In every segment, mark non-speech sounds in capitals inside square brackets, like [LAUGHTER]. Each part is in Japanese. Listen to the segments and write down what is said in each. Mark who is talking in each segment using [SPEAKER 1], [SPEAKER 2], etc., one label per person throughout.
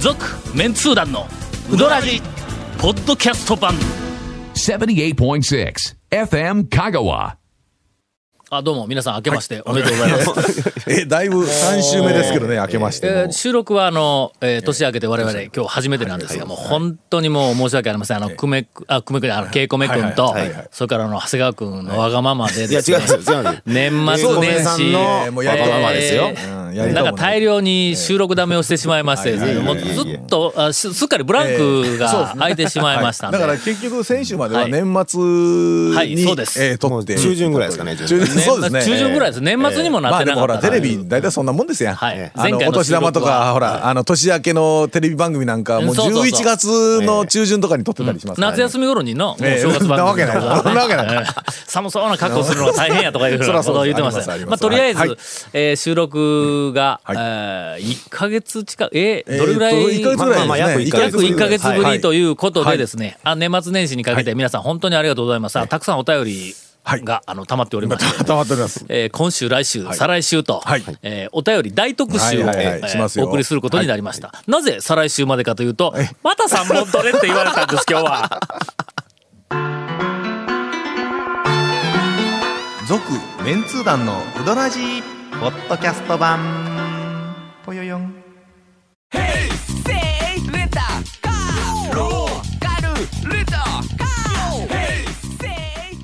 [SPEAKER 1] 続メンツー団のウドラジポッドキャスト版
[SPEAKER 2] 78.6 FM Kagawa.
[SPEAKER 1] あどうも皆さん明けましておめでとうございます、
[SPEAKER 3] え、だいぶ3週目ですけどね、明けまし
[SPEAKER 1] え
[SPEAKER 3] ても
[SPEAKER 1] ー。 [LAUGHS] 収録はあの、えー年明けて我々今日初めてなんですが、もう本当にもう申し訳ありませんあの久米くあ久米君あの恵子め君と
[SPEAKER 3] はいはいはいはい
[SPEAKER 1] それからあの長谷川君のわがままで
[SPEAKER 4] いや、
[SPEAKER 1] です
[SPEAKER 4] 違
[SPEAKER 1] ね
[SPEAKER 4] うんですよ、違うんですよ。
[SPEAKER 1] 年末年始
[SPEAKER 4] え
[SPEAKER 3] えーもう
[SPEAKER 4] わ
[SPEAKER 3] やりと
[SPEAKER 4] がままですよ。
[SPEAKER 3] うんやりと
[SPEAKER 1] なん
[SPEAKER 3] も
[SPEAKER 1] か大量に収録ダメをしてしまいまして、もうずっとあすすっかりブランクが空いてしまいましたんで、
[SPEAKER 3] だから結局先週までは
[SPEAKER 1] はい
[SPEAKER 3] 年末に、
[SPEAKER 1] はいそうです
[SPEAKER 3] えー撮
[SPEAKER 4] も
[SPEAKER 3] っ
[SPEAKER 4] う
[SPEAKER 3] て。
[SPEAKER 4] 中旬ぐらいですかね、
[SPEAKER 3] 中
[SPEAKER 4] 中
[SPEAKER 3] 旬
[SPEAKER 4] 旬。
[SPEAKER 3] そうですね。
[SPEAKER 1] 中旬ぐらいです年末にもなってなかった
[SPEAKER 3] まあでもほら、テレビ大体そんなもんですやん。
[SPEAKER 1] はい
[SPEAKER 3] あの、
[SPEAKER 1] 前回の
[SPEAKER 3] お年玉と
[SPEAKER 1] 収録は
[SPEAKER 3] か、ほら、あの、年明けのテレビ番組なんか、もう
[SPEAKER 1] そうそうそう
[SPEAKER 3] 11月の中旬とかに撮ってたりしますからね
[SPEAKER 1] 夏休み頃にの、もう
[SPEAKER 3] ええ
[SPEAKER 1] 正月番組
[SPEAKER 3] なわけない
[SPEAKER 1] とかね
[SPEAKER 3] そんな
[SPEAKER 1] [LAUGHS]
[SPEAKER 3] わけない
[SPEAKER 1] ええ寒そうな格好するのが大変やとかいうふう
[SPEAKER 3] そ
[SPEAKER 1] な
[SPEAKER 3] ら
[SPEAKER 1] こ
[SPEAKER 3] そう
[SPEAKER 1] とを
[SPEAKER 3] で
[SPEAKER 1] 言っ
[SPEAKER 3] す
[SPEAKER 1] てました
[SPEAKER 3] あり
[SPEAKER 1] ね。
[SPEAKER 3] ます
[SPEAKER 1] まあ、とりあえず、
[SPEAKER 3] はい
[SPEAKER 1] えー収録が、
[SPEAKER 3] はい
[SPEAKER 1] えー1ヶ月近く、えーどれぐらい、
[SPEAKER 3] えーっと一ヶ月ぐらいですね
[SPEAKER 1] まあまあ約
[SPEAKER 3] 一
[SPEAKER 1] 1
[SPEAKER 3] ヶ月
[SPEAKER 1] ヶ月ぶ
[SPEAKER 3] は
[SPEAKER 1] り
[SPEAKER 3] い
[SPEAKER 1] ということでですね、あ年末年始にかけて皆さん本当にありがとうございます。たくさんお便りが、
[SPEAKER 3] はい
[SPEAKER 1] あの、溜まっており
[SPEAKER 3] ま
[SPEAKER 1] まして。
[SPEAKER 3] [LAUGHS] た、たまっております。
[SPEAKER 1] えー今週、来週、再来週と、
[SPEAKER 3] はい
[SPEAKER 1] えーお便り大特集を、
[SPEAKER 3] はいはいはい
[SPEAKER 1] えー
[SPEAKER 3] します
[SPEAKER 1] お
[SPEAKER 3] よ
[SPEAKER 1] 送りすることになりました、なぜ再来週までかというと、また3本取れって言われたんです、今日は。
[SPEAKER 5] 続メンツー団のウドラジーポッドキャスト版ぽよよん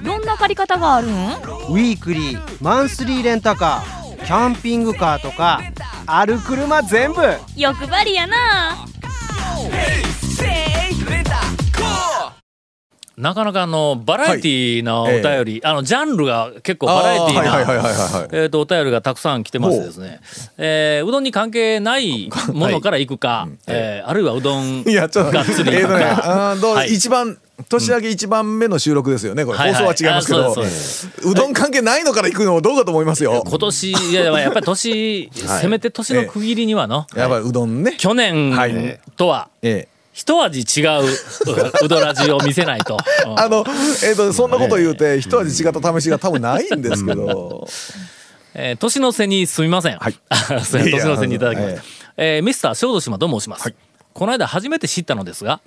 [SPEAKER 6] どんな借り方があるん
[SPEAKER 7] ウィークリーマンスリーレンタカーキャンピングカーとかある車全部
[SPEAKER 6] 欲張りやな
[SPEAKER 1] なかなかあのバラエティーなお
[SPEAKER 3] は
[SPEAKER 1] 便
[SPEAKER 3] い
[SPEAKER 1] り、あのジャンルが結構バラエティ
[SPEAKER 3] あーはいはい
[SPEAKER 1] ー
[SPEAKER 3] はい
[SPEAKER 1] な。
[SPEAKER 3] はいはい。
[SPEAKER 1] えー、とお便りがたくさん来てましてですね、えーうどんに関係ないものから行くか、えーあるいはうどん
[SPEAKER 3] [LAUGHS] いや、ちょっと、
[SPEAKER 1] がっつり
[SPEAKER 3] え
[SPEAKER 1] 行
[SPEAKER 3] ー
[SPEAKER 1] く
[SPEAKER 3] とね
[SPEAKER 1] か、
[SPEAKER 3] うん、どう、
[SPEAKER 1] はい
[SPEAKER 3] 一番、年明け一番目の収録ですよね、これ。
[SPEAKER 1] はい
[SPEAKER 3] 放
[SPEAKER 1] はい
[SPEAKER 3] 送は違いますけ
[SPEAKER 1] あ
[SPEAKER 3] ど、
[SPEAKER 1] そう
[SPEAKER 3] う
[SPEAKER 1] です
[SPEAKER 3] どん関係ないのから行くのもどうかと思いますよ。
[SPEAKER 1] 今年いややっぱり年、せめて年の区切りにはの、
[SPEAKER 3] やっぱりうどんね。
[SPEAKER 1] 去年
[SPEAKER 3] はい
[SPEAKER 1] とは
[SPEAKER 3] ええ。
[SPEAKER 1] 一味違う [LAUGHS] ううどらじを見せないと。うん
[SPEAKER 3] [LAUGHS] あの、えっと、そんなこと言うて、一味違った試しが多分ないんですけど。
[SPEAKER 1] えー年の瀬にすみません。 [LAUGHS]
[SPEAKER 3] はい
[SPEAKER 1] あすいません
[SPEAKER 3] いや
[SPEAKER 1] 年の瀬にいただきました
[SPEAKER 3] あの。
[SPEAKER 1] えーミスター小豆島と申します。この間初めて知ったのですが、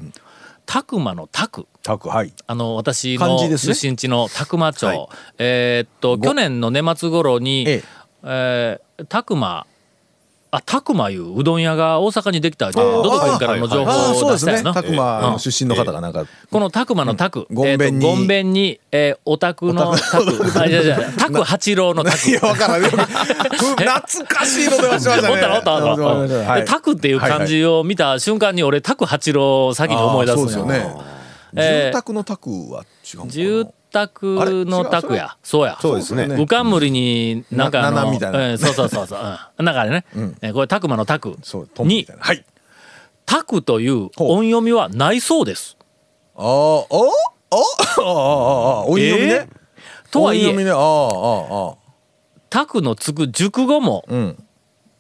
[SPEAKER 1] たくまのたく。
[SPEAKER 3] たく、はい。
[SPEAKER 1] あの私
[SPEAKER 3] 漢
[SPEAKER 1] の
[SPEAKER 3] 字ですね
[SPEAKER 1] 出身地の宅間町、
[SPEAKER 3] はい
[SPEAKER 1] えーっと去年の年末頃に、
[SPEAKER 3] え
[SPEAKER 1] え
[SPEAKER 3] え
[SPEAKER 1] ー、宅間あ宅間いううどん屋が大阪にできたというドド君からの情
[SPEAKER 3] ああ
[SPEAKER 1] 報
[SPEAKER 3] そ
[SPEAKER 1] を
[SPEAKER 3] う
[SPEAKER 1] 出し
[SPEAKER 3] です
[SPEAKER 1] たや
[SPEAKER 3] ね。
[SPEAKER 1] つな、
[SPEAKER 3] たくまの出身の方がなんか、
[SPEAKER 1] この宅間の宅、
[SPEAKER 3] うんごんべん
[SPEAKER 1] え
[SPEAKER 3] に
[SPEAKER 1] ーっとごんべんに、えー、お宅の
[SPEAKER 3] [LAUGHS]
[SPEAKER 1] 宅あいやいやいや宅八郎の宅
[SPEAKER 3] いや、わからん。よく懐かしいの出ましましたね。
[SPEAKER 1] おったおったおったおった
[SPEAKER 3] は
[SPEAKER 1] で
[SPEAKER 3] い
[SPEAKER 1] タクっていう漢字を見た瞬間に俺タク八郎を先に思い出す
[SPEAKER 3] ああそう
[SPEAKER 1] の
[SPEAKER 3] ですよね。住宅のタクは違うのかな
[SPEAKER 1] 住宅のタクやそうや
[SPEAKER 4] そうですね。
[SPEAKER 1] うかんむりになんかあ
[SPEAKER 3] な
[SPEAKER 1] の
[SPEAKER 3] なみたいな
[SPEAKER 1] えーそうそうそうそう、
[SPEAKER 3] [LAUGHS]
[SPEAKER 1] うん、なんかあれね、えーこれタクマのタク
[SPEAKER 3] そう、トンみ
[SPEAKER 1] に
[SPEAKER 3] たいな。はい。
[SPEAKER 1] タクという音読みはないそうです
[SPEAKER 3] ああ、おおああ、ああ、音読み
[SPEAKER 1] え
[SPEAKER 3] ね。
[SPEAKER 1] ーとはい
[SPEAKER 3] 音読み
[SPEAKER 1] え
[SPEAKER 3] ね。ああ、ああ、ああ。
[SPEAKER 1] タクのつく熟語も
[SPEAKER 3] うん。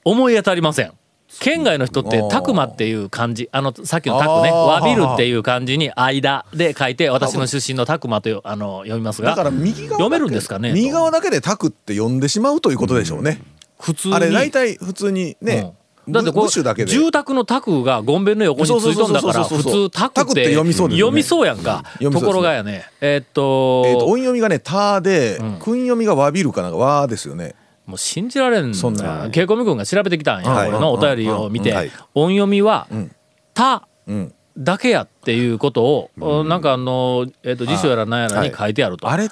[SPEAKER 1] 思い当たりません県外の人って
[SPEAKER 3] あー
[SPEAKER 1] 「たくま」っていう漢字あのさっきの「たく」ね「
[SPEAKER 3] あー
[SPEAKER 1] わびる」っていう漢字に「間」で書いて私の出身の「たくま」というあの読みますが
[SPEAKER 3] だから右側だけ
[SPEAKER 1] 読めるんですかね
[SPEAKER 3] 右側だけでタクって呼んでしまうということでしょうね。
[SPEAKER 1] 普通に
[SPEAKER 3] あれ大体普通にね、
[SPEAKER 1] うんだってこ
[SPEAKER 3] ブッシュだけ
[SPEAKER 1] う
[SPEAKER 3] で
[SPEAKER 1] 住宅のタクがゴンベンの横についとんだから
[SPEAKER 3] そうそう
[SPEAKER 1] 普
[SPEAKER 3] そうそ
[SPEAKER 1] 通
[SPEAKER 3] う
[SPEAKER 1] タクっ
[SPEAKER 3] タクって
[SPEAKER 1] て
[SPEAKER 3] 読みそうですよね
[SPEAKER 1] 読みそうやんか
[SPEAKER 3] 読
[SPEAKER 1] と
[SPEAKER 3] みそうですね
[SPEAKER 1] ころがやねえーっ
[SPEAKER 3] えーと
[SPEAKER 1] と
[SPEAKER 3] 音読みがね「た」で
[SPEAKER 1] ん
[SPEAKER 3] 訓読みが「わびる」かなんか「わ」ですよね。
[SPEAKER 1] もう信じられん
[SPEAKER 3] そんな
[SPEAKER 1] 稽古見君が調べてきたんや
[SPEAKER 3] はい
[SPEAKER 1] 俺のお便りを見て
[SPEAKER 4] はい
[SPEAKER 1] 音読みは
[SPEAKER 3] ん
[SPEAKER 1] 「た」
[SPEAKER 3] うん、
[SPEAKER 1] だけやっていうことを、おなんかあの、えっと辞書やら何やらに書いてあると。
[SPEAKER 3] あれ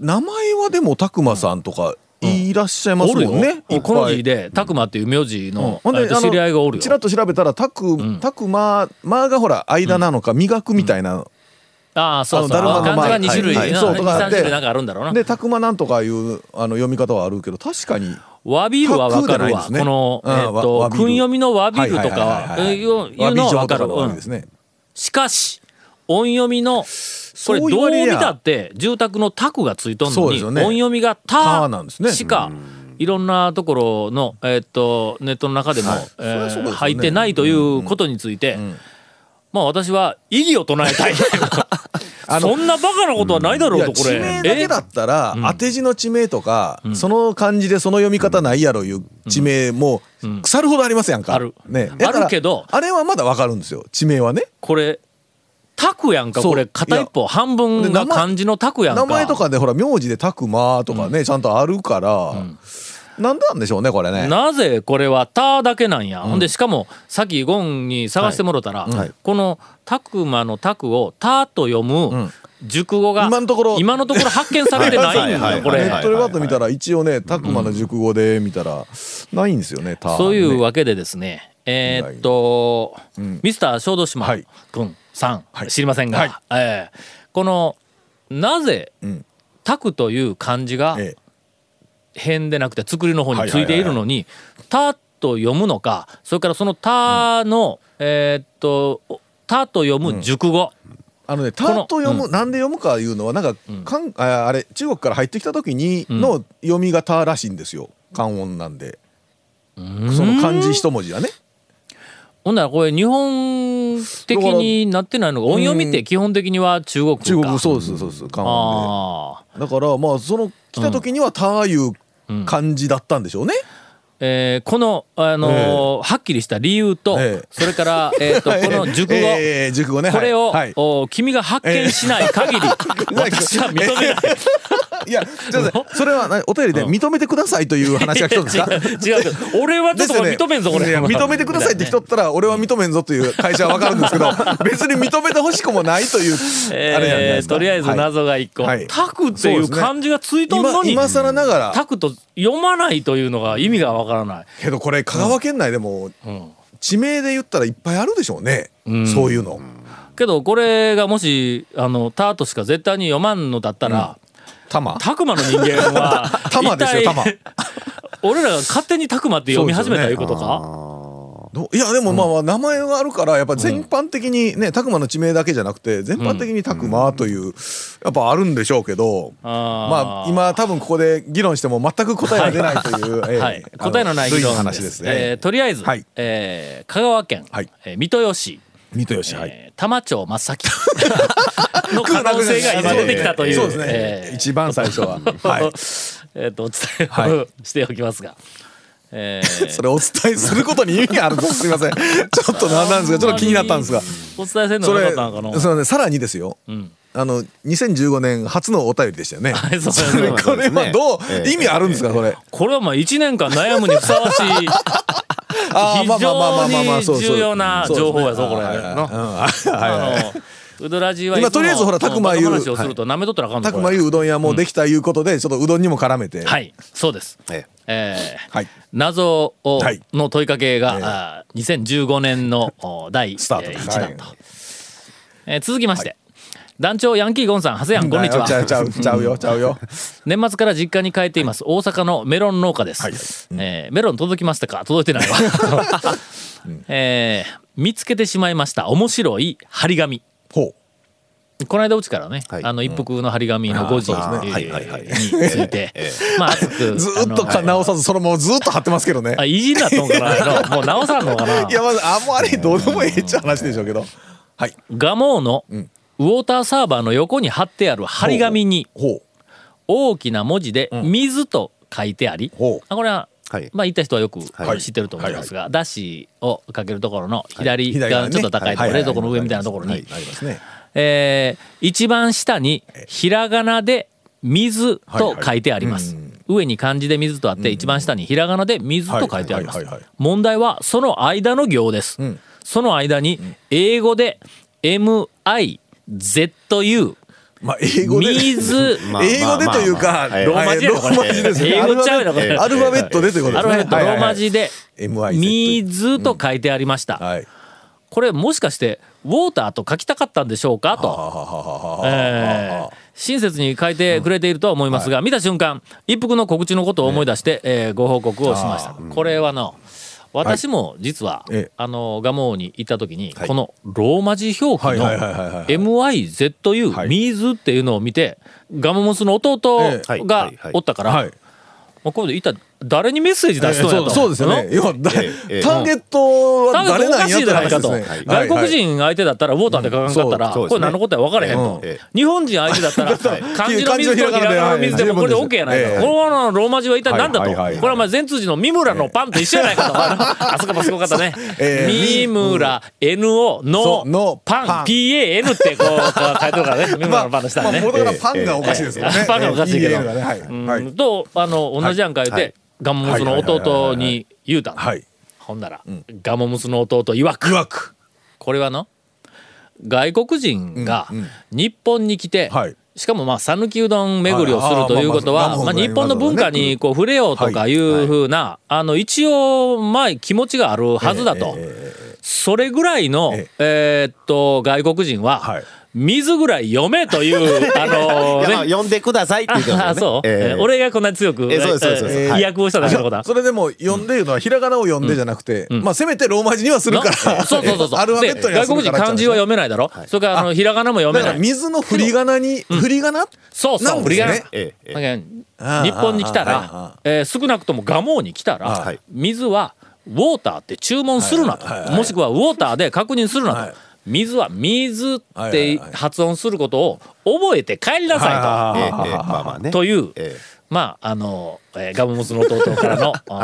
[SPEAKER 3] 名前はでもたくまさんとかいらっしゃいます
[SPEAKER 1] おるよ
[SPEAKER 3] もんね。いっぱい
[SPEAKER 1] この字で「たくま」っていう名字の、
[SPEAKER 3] ほん
[SPEAKER 1] えっ
[SPEAKER 3] で
[SPEAKER 1] と
[SPEAKER 3] あの
[SPEAKER 1] 知り合いがおる
[SPEAKER 3] ちら
[SPEAKER 1] よ
[SPEAKER 3] っと調べたら「たく」「たくま」「ま」がほら間なのか磨くみたいな
[SPEAKER 1] ああそうそう
[SPEAKER 3] あのだるまの
[SPEAKER 1] 漢字が
[SPEAKER 3] 前
[SPEAKER 1] 2種類な、
[SPEAKER 3] はい
[SPEAKER 1] 二
[SPEAKER 3] そうとかあ
[SPEAKER 1] 3
[SPEAKER 3] って
[SPEAKER 1] 種類なんかあるんだろうな
[SPEAKER 3] で「たくま」なんとかいうあの読み方はあるけど確かに
[SPEAKER 1] わびるはわかる
[SPEAKER 3] タクじゃないで
[SPEAKER 1] わ、
[SPEAKER 3] すね
[SPEAKER 1] この、
[SPEAKER 3] うん
[SPEAKER 1] えっと
[SPEAKER 3] わわびる
[SPEAKER 1] 訓読みのわびるとかは,
[SPEAKER 3] はい
[SPEAKER 1] え
[SPEAKER 3] は
[SPEAKER 1] ー、
[SPEAKER 3] いはい
[SPEAKER 1] い
[SPEAKER 3] は
[SPEAKER 1] う
[SPEAKER 3] い
[SPEAKER 1] いうのはわかる
[SPEAKER 3] わび状とのわ
[SPEAKER 1] う
[SPEAKER 3] び
[SPEAKER 1] ん
[SPEAKER 3] ですね。
[SPEAKER 1] しかし音読みのこれ
[SPEAKER 3] そう
[SPEAKER 1] ど
[SPEAKER 3] 言
[SPEAKER 1] う
[SPEAKER 3] われりゃ
[SPEAKER 1] 見たって住宅の「タク」がついとん
[SPEAKER 3] そ
[SPEAKER 1] の
[SPEAKER 3] うで
[SPEAKER 1] に、
[SPEAKER 3] すよね
[SPEAKER 1] 音読みが「
[SPEAKER 3] タ
[SPEAKER 1] タ
[SPEAKER 3] なんです」ね
[SPEAKER 1] しかいろんなところの、えっとネットの中でも、え
[SPEAKER 3] そりゃそ
[SPEAKER 1] ー
[SPEAKER 3] うですよね
[SPEAKER 1] 入ってないということについて、まあ私は異議を唱えたい。
[SPEAKER 3] [LAUGHS] あの
[SPEAKER 1] そんなバカなことはないだろ
[SPEAKER 3] いうや
[SPEAKER 1] と、こ
[SPEAKER 3] 地
[SPEAKER 1] れ。
[SPEAKER 3] 名だけだったら、
[SPEAKER 1] ん
[SPEAKER 3] 当て字の地名とか、その漢字でその読み方ないやろいう地名も、腐るほどありますやんか。
[SPEAKER 1] ある
[SPEAKER 3] ね
[SPEAKER 1] あ、る
[SPEAKER 3] だから
[SPEAKER 1] けど
[SPEAKER 3] あれはまだわかるんですよ。地名はね。
[SPEAKER 1] これ、タクやんか、
[SPEAKER 3] そう
[SPEAKER 1] これ、片一方、半分が漢字のタクやんか。
[SPEAKER 3] 名前とかでほら名字でたくまとかね、ちゃんとあるから、なんなんでしょうねこれね。
[SPEAKER 1] なぜこれは「た」だけなんや、ほんでしかもさっきゴンに探してもろたら、
[SPEAKER 3] はい
[SPEAKER 1] この「たくま」の「たく」を「た」と読む
[SPEAKER 3] ん
[SPEAKER 1] 熟語が
[SPEAKER 3] 今のところ
[SPEAKER 1] 今のところ発見されてないん
[SPEAKER 5] はいはい
[SPEAKER 1] だ
[SPEAKER 5] はい
[SPEAKER 1] よこ
[SPEAKER 5] は
[SPEAKER 1] れ、
[SPEAKER 5] い
[SPEAKER 3] ネ
[SPEAKER 5] は
[SPEAKER 3] ッ
[SPEAKER 5] い
[SPEAKER 3] トでバッと見たら一応ねたくまの熟語で見たらないんですよね。た
[SPEAKER 1] そういう
[SPEAKER 3] ね
[SPEAKER 1] わけでですねえーっと、ミスター小豆島
[SPEAKER 3] はい
[SPEAKER 1] 君さん、
[SPEAKER 3] はい
[SPEAKER 1] 知りませんが、
[SPEAKER 3] はい
[SPEAKER 1] えーこのなぜ
[SPEAKER 3] うん
[SPEAKER 1] 「たく」という漢字が
[SPEAKER 3] ええ
[SPEAKER 1] 辺でなくて作りの方についているのに「た」と読むのかそれからその「た」の、えーっと「た」と読む熟語、
[SPEAKER 3] あのね、た
[SPEAKER 1] この
[SPEAKER 3] と読む、なんで読むかいうのはなんか、かんああれ中国から入ってきた時にの読みがたらしいんですよ漢音なんで、その漢字一文字がね
[SPEAKER 1] ほんならこれ日本的になってないのが音読みって基本的には中国か
[SPEAKER 3] 中国そうですそうです漢音
[SPEAKER 1] あー
[SPEAKER 3] でだからまあその来た時にはたいう漢字だったんでしょうね、
[SPEAKER 1] えーこの、あのーはっきりした理由と、
[SPEAKER 3] ええ
[SPEAKER 1] それ
[SPEAKER 3] [LAUGHS]
[SPEAKER 1] から、えーっとこの熟語、
[SPEAKER 3] ええ熟語ね
[SPEAKER 1] これを、
[SPEAKER 3] はい、は
[SPEAKER 1] お君が発見しない限り、私は認め
[SPEAKER 3] [LAUGHS]
[SPEAKER 1] ない。
[SPEAKER 3] い、いや
[SPEAKER 1] [LAUGHS]
[SPEAKER 3] ちょっと待ってそれはなお便りで認めてくださいという話が来たんですか
[SPEAKER 1] [LAUGHS] 違うけど俺はちょ
[SPEAKER 3] で
[SPEAKER 1] っ
[SPEAKER 3] す
[SPEAKER 1] と
[SPEAKER 3] よ
[SPEAKER 1] これ認
[SPEAKER 3] ね
[SPEAKER 1] めんぞこれ、
[SPEAKER 3] いや認めてくださいって人っ
[SPEAKER 1] [LAUGHS]
[SPEAKER 3] たら俺は認めんぞという会社は分かるんですけど別に認めてほしくもないという [LAUGHS] あれなんじゃない
[SPEAKER 1] え
[SPEAKER 3] で
[SPEAKER 1] ー、
[SPEAKER 3] すか
[SPEAKER 1] とりあえず
[SPEAKER 3] はい
[SPEAKER 1] 謎が一個、
[SPEAKER 3] はい
[SPEAKER 1] タクっていう漢字がついとんの
[SPEAKER 3] 今
[SPEAKER 1] に、
[SPEAKER 3] 今更ながら
[SPEAKER 1] タクと読まないというのが意味がわからない、
[SPEAKER 3] けどこれ香川県内でも
[SPEAKER 1] うん、
[SPEAKER 3] 地名で言ったらいっぱいあるでしょうね、そういうの
[SPEAKER 1] けどこれがもしあのタとしか絶対に読まんのだったら、
[SPEAKER 3] タマ
[SPEAKER 1] タクマの人間は
[SPEAKER 3] [LAUGHS] タマですよ
[SPEAKER 1] 一
[SPEAKER 3] タ
[SPEAKER 1] 体
[SPEAKER 3] マ
[SPEAKER 1] [LAUGHS] 俺らが勝手にタクマって読み始めた
[SPEAKER 3] そう
[SPEAKER 1] い
[SPEAKER 3] ですよね
[SPEAKER 1] うことか、
[SPEAKER 3] どいやでもまあまあ名前があるからやっぱ全般的にねタクマの地名だけじゃなくて全般的にタクマというやっぱあるんでしょうけどま
[SPEAKER 1] あ
[SPEAKER 3] あ
[SPEAKER 1] ー
[SPEAKER 3] 今多分ここで議論しても全く答えが出ないという、ええ
[SPEAKER 1] はい、
[SPEAKER 3] あ
[SPEAKER 1] 答えのない議
[SPEAKER 3] 類
[SPEAKER 1] 論
[SPEAKER 3] の
[SPEAKER 1] で
[SPEAKER 3] 話
[SPEAKER 1] す
[SPEAKER 3] です
[SPEAKER 1] えー
[SPEAKER 3] ね、
[SPEAKER 1] とりあえず、
[SPEAKER 3] はい
[SPEAKER 1] えー香川県、
[SPEAKER 3] はい
[SPEAKER 1] えー三豊市
[SPEAKER 3] 三豊市はい
[SPEAKER 1] えー玉町真っ
[SPEAKER 3] [LAUGHS]
[SPEAKER 1] 先の可能性が今出てきたという。
[SPEAKER 3] そうですね、
[SPEAKER 1] えー
[SPEAKER 3] 一番最初
[SPEAKER 1] [LAUGHS]
[SPEAKER 3] ははい
[SPEAKER 1] えーとお伝えを
[SPEAKER 3] は
[SPEAKER 1] しておきますが、え
[SPEAKER 3] そ
[SPEAKER 1] ー、
[SPEAKER 3] れお伝えすることに意味があるのすいません [LAUGHS] ちょっと何なんですかちょっと気になったんですが
[SPEAKER 1] お伝えせんの
[SPEAKER 3] そ
[SPEAKER 1] が
[SPEAKER 3] れ
[SPEAKER 1] よかったのかな
[SPEAKER 3] そのね [LAUGHS] さらにですよ、
[SPEAKER 1] ん
[SPEAKER 3] あの2015年初のお便りでしたよね、
[SPEAKER 1] はい [LAUGHS] そう
[SPEAKER 3] それ
[SPEAKER 1] そう
[SPEAKER 3] これはどう、
[SPEAKER 5] そうですね
[SPEAKER 3] 意味あるんですかそれ、
[SPEAKER 1] これはまあ1年間悩むにふさ
[SPEAKER 3] [LAUGHS]
[SPEAKER 1] わしい
[SPEAKER 3] あーま
[SPEAKER 1] 非
[SPEAKER 3] あまあまあまあまあま
[SPEAKER 1] 常
[SPEAKER 3] あそう
[SPEAKER 1] に
[SPEAKER 3] そう
[SPEAKER 1] 重要な情報やぞこれ。
[SPEAKER 3] はいはいはい
[SPEAKER 1] の
[SPEAKER 3] うんはいはいはい
[SPEAKER 1] あのウドラジはいつも
[SPEAKER 3] 今とりあえずほら拓磨言う
[SPEAKER 1] この話をすると舐めとったらあかんぞ
[SPEAKER 3] たく
[SPEAKER 1] こ
[SPEAKER 3] ま
[SPEAKER 1] れ
[SPEAKER 3] ゆううどん屋もできたいうことで、ちょっとうどんにも絡めて、
[SPEAKER 1] はいいそうです。
[SPEAKER 5] え
[SPEAKER 1] えー
[SPEAKER 3] はい
[SPEAKER 1] 謎を
[SPEAKER 3] はい
[SPEAKER 1] の問いかけが、
[SPEAKER 3] ええ
[SPEAKER 1] あー2015年のお第
[SPEAKER 3] スタート
[SPEAKER 1] え
[SPEAKER 3] です
[SPEAKER 1] 1弾と、
[SPEAKER 3] はい
[SPEAKER 1] えー続きまして、団長ヤンキーゴンさん長谷ンこんにちは
[SPEAKER 3] ちゃうちゃうちゃうよちゃ
[SPEAKER 1] [LAUGHS]
[SPEAKER 3] うよ
[SPEAKER 1] 年末から実家に帰っています、大阪のメロン農家です、
[SPEAKER 3] はいはい
[SPEAKER 1] えーメロン届きましたか届いてないわ、えー見つけてしまいました面白い張り紙
[SPEAKER 3] ほう
[SPEAKER 1] この間うちからね、
[SPEAKER 5] はい
[SPEAKER 1] あの一服の張り紙の5時、
[SPEAKER 5] うんあーそうですね
[SPEAKER 1] えー
[SPEAKER 5] はいはいはい
[SPEAKER 1] について、まあ熱く
[SPEAKER 3] [LAUGHS] ずーっと
[SPEAKER 1] あの
[SPEAKER 3] か直さずそのままずーっと貼ってますけどね
[SPEAKER 1] あいじりだったのかなあのもう直さんのかない
[SPEAKER 3] やまずあんまりどうでもええっちゃ話でしょうけどはい
[SPEAKER 1] ガモーのウォーターサーバーの横に貼ってある張り紙に
[SPEAKER 3] ほう
[SPEAKER 1] 大きな文字で「水」と書いてあり、
[SPEAKER 3] ほう
[SPEAKER 1] あこれは、
[SPEAKER 5] はい
[SPEAKER 1] まあ行った人はよく
[SPEAKER 5] はい
[SPEAKER 1] 知ってると思いますが、だしをかけるところの左
[SPEAKER 3] 左側
[SPEAKER 1] 側
[SPEAKER 3] ね
[SPEAKER 1] のちょっと高いところ、
[SPEAKER 3] はい
[SPEAKER 1] 冷蔵庫の上みたいなところに、
[SPEAKER 3] はいありますね
[SPEAKER 1] えー一番下にひらがなで「水」と書いてあります。上に漢字で水とあって、一番下にひらがなで水と書いてあります
[SPEAKER 3] はいはいはいはい。
[SPEAKER 1] 問題はその間の行です。
[SPEAKER 3] ん
[SPEAKER 1] その間に英語で M I Z U
[SPEAKER 3] まあ英語で [LAUGHS]
[SPEAKER 1] 水
[SPEAKER 5] まあ
[SPEAKER 3] 英語でという
[SPEAKER 5] ま
[SPEAKER 3] か、
[SPEAKER 5] あまあ
[SPEAKER 1] ローマ字やろこれ
[SPEAKER 3] ローマ字ですね
[SPEAKER 1] 英語ちゃうやろこれ
[SPEAKER 3] アルファベットでということですね。
[SPEAKER 1] アルファベットロ
[SPEAKER 3] はいは
[SPEAKER 1] ー
[SPEAKER 3] いはい
[SPEAKER 1] マ字で
[SPEAKER 3] MIZ
[SPEAKER 1] 水と書いてありました。
[SPEAKER 3] はい。
[SPEAKER 1] これもしかしてウォーターと書きたかったんでしょうかと。えー親切に書いてくれているとは思いますが、見た瞬間一服の告知のことを思い出して、えーご報告をしました。これはの私も実は、
[SPEAKER 3] ええ
[SPEAKER 1] あのガモーに行った時に、
[SPEAKER 5] はい
[SPEAKER 1] このローマ字表記の
[SPEAKER 3] はいはいはいはいはい
[SPEAKER 1] MIZU、
[SPEAKER 3] はい
[SPEAKER 1] ミーズっていうのを見てガモモスの弟
[SPEAKER 3] え
[SPEAKER 5] えはい
[SPEAKER 1] が
[SPEAKER 5] はいはい
[SPEAKER 1] おったから、
[SPEAKER 3] はい。
[SPEAKER 1] まあ、これでいた誰にメッセージ出しとんやと、
[SPEAKER 3] そうですよね。
[SPEAKER 1] ん
[SPEAKER 3] 要はだタ
[SPEAKER 5] ええええ
[SPEAKER 3] ーゲットは
[SPEAKER 1] 多分
[SPEAKER 3] 誰
[SPEAKER 1] お
[SPEAKER 3] な
[SPEAKER 1] か
[SPEAKER 3] ん
[SPEAKER 1] し
[SPEAKER 3] や
[SPEAKER 1] い
[SPEAKER 3] っ
[SPEAKER 1] じ
[SPEAKER 3] て
[SPEAKER 1] ゃない
[SPEAKER 3] 話
[SPEAKER 1] か
[SPEAKER 3] で
[SPEAKER 1] と、
[SPEAKER 3] すね。
[SPEAKER 1] 外国人相手だったらウォーターで書かんかったら、
[SPEAKER 5] うんそう
[SPEAKER 1] これ何のことや分からへんと、
[SPEAKER 5] ええ
[SPEAKER 1] 日本人相手だったら、
[SPEAKER 5] ええ
[SPEAKER 1] 漢字の水とひらがなの水でもこれで OK やないか、
[SPEAKER 3] ええ
[SPEAKER 1] このローマ字は一体何だと、
[SPEAKER 3] はいはいはいはい
[SPEAKER 1] これはまあ前通じの三村のパンと一緒やないかと、あそこもすごかったね、
[SPEAKER 3] ええ
[SPEAKER 1] 三村 NO
[SPEAKER 3] そ
[SPEAKER 1] の
[SPEAKER 3] うの
[SPEAKER 1] パ
[SPEAKER 3] パ
[SPEAKER 1] ン
[SPEAKER 3] ン
[SPEAKER 1] PAN ってこうこう書いてるからね三村のパンの下にね。
[SPEAKER 3] [LAUGHS] まあ元からパンがおかしいですよね
[SPEAKER 1] ええ。パンがおかしいけど
[SPEAKER 3] ええ EDL がねはいは
[SPEAKER 1] うん
[SPEAKER 3] い。
[SPEAKER 1] とあの同じやんか言う
[SPEAKER 5] は
[SPEAKER 1] て
[SPEAKER 5] い
[SPEAKER 1] ガモムスの弟に言うたん
[SPEAKER 3] はい。
[SPEAKER 1] ほんならガモムスの弟曰く
[SPEAKER 3] 曰く。
[SPEAKER 1] これはの外国人が
[SPEAKER 3] うんうん
[SPEAKER 1] 日本に来て、
[SPEAKER 3] はい
[SPEAKER 1] しかもまあ讃岐うどん巡りをす
[SPEAKER 3] はい
[SPEAKER 1] る
[SPEAKER 3] あー
[SPEAKER 1] ということ
[SPEAKER 3] ま
[SPEAKER 1] は、
[SPEAKER 3] あま
[SPEAKER 1] まあ、
[SPEAKER 3] あまあ
[SPEAKER 1] 日本の文化にこう触れようとかいうふうな、あの一応まあ気持ちがあるはずだと、
[SPEAKER 3] ええ
[SPEAKER 1] それぐらいの、
[SPEAKER 3] え
[SPEAKER 1] えーっと外国人は、
[SPEAKER 3] はい
[SPEAKER 1] 水ぐらい読めという、あの
[SPEAKER 5] いやまあ
[SPEAKER 1] ね。
[SPEAKER 5] 呼んでくださいって言ってましたよ
[SPEAKER 1] [LAUGHS] ああ
[SPEAKER 5] ね
[SPEAKER 1] そう、
[SPEAKER 5] ええ
[SPEAKER 1] 俺がこんなに強く、
[SPEAKER 5] ええそうですそうですそうです
[SPEAKER 1] えー
[SPEAKER 5] はい
[SPEAKER 1] 威訳をしただけのことだ
[SPEAKER 3] それでも読んでるのはひらがなを読んでじゃなくて、まあせめてローマ字にはする
[SPEAKER 1] な
[SPEAKER 3] か
[SPEAKER 1] そう [LAUGHS]
[SPEAKER 3] ら。
[SPEAKER 1] そうそうそう
[SPEAKER 3] [LAUGHS] アルファベット
[SPEAKER 1] で
[SPEAKER 3] には
[SPEAKER 1] 外
[SPEAKER 3] す
[SPEAKER 1] 国人
[SPEAKER 3] るから
[SPEAKER 1] 漢字は読めないだろ、それからあのひらがなも読
[SPEAKER 3] だ
[SPEAKER 1] め
[SPEAKER 3] か
[SPEAKER 1] な
[SPEAKER 3] ら
[SPEAKER 1] い
[SPEAKER 3] 水の振り仮名に振り仮名
[SPEAKER 1] そうそう、
[SPEAKER 3] なんですね
[SPEAKER 1] ブリガー
[SPEAKER 5] ええええ
[SPEAKER 1] なんか日本に来た
[SPEAKER 3] あああ
[SPEAKER 1] ら、えー少なくとも蒲生に来たら、
[SPEAKER 5] はい
[SPEAKER 1] 水はウォーターって注文するなと、もしくはウォーターで確認するなと、
[SPEAKER 3] はい
[SPEAKER 1] 水は水っ
[SPEAKER 3] はいはい
[SPEAKER 1] て
[SPEAKER 3] はい
[SPEAKER 1] 発音することを覚えて帰りなさいと。
[SPEAKER 5] ええええ
[SPEAKER 3] は
[SPEAKER 5] まあまあね
[SPEAKER 1] という、
[SPEAKER 5] え
[SPEAKER 1] まああの、えーガムモスの弟から
[SPEAKER 3] [LAUGHS]
[SPEAKER 1] の、
[SPEAKER 5] はい
[SPEAKER 1] あ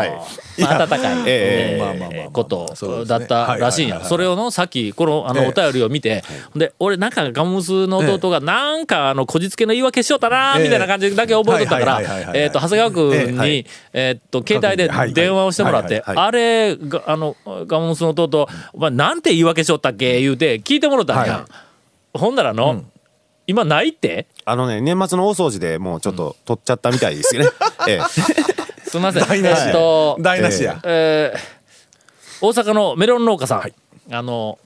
[SPEAKER 1] ーまあ、温かい、
[SPEAKER 5] え
[SPEAKER 1] え
[SPEAKER 5] え
[SPEAKER 1] ー
[SPEAKER 3] まあまあまあまあそう
[SPEAKER 1] こと
[SPEAKER 3] ですね
[SPEAKER 1] だったらしいん
[SPEAKER 3] はいはいはい
[SPEAKER 1] や
[SPEAKER 3] はい
[SPEAKER 1] それをのさっきこのあの
[SPEAKER 3] ええ
[SPEAKER 1] お便りを見て、で俺なんかガムモスの弟がなんかあのこじつけの言い訳しよったなー
[SPEAKER 3] ええ
[SPEAKER 1] みたいな感じだけ覚えとったから
[SPEAKER 3] はいはいはいはいはい
[SPEAKER 1] えーと長谷川君に、え
[SPEAKER 3] ええは
[SPEAKER 1] ーっと携帯で
[SPEAKER 3] はいはい
[SPEAKER 1] 電話をしてもらって、
[SPEAKER 5] はいはいは
[SPEAKER 1] あれがあのガムモスの弟お前なんて言い訳しよったっけ言うて聞いてもらったんや、
[SPEAKER 3] は
[SPEAKER 1] ほんならの、今ないって
[SPEAKER 5] あのね年末の大掃除でもうちょっと取っちゃったみたいですよね [LAUGHS] ええ
[SPEAKER 1] すみません
[SPEAKER 3] 台無
[SPEAKER 1] え
[SPEAKER 3] し
[SPEAKER 1] ーっと
[SPEAKER 3] い。台無しや。
[SPEAKER 1] えー大阪のメロン農家さん、あの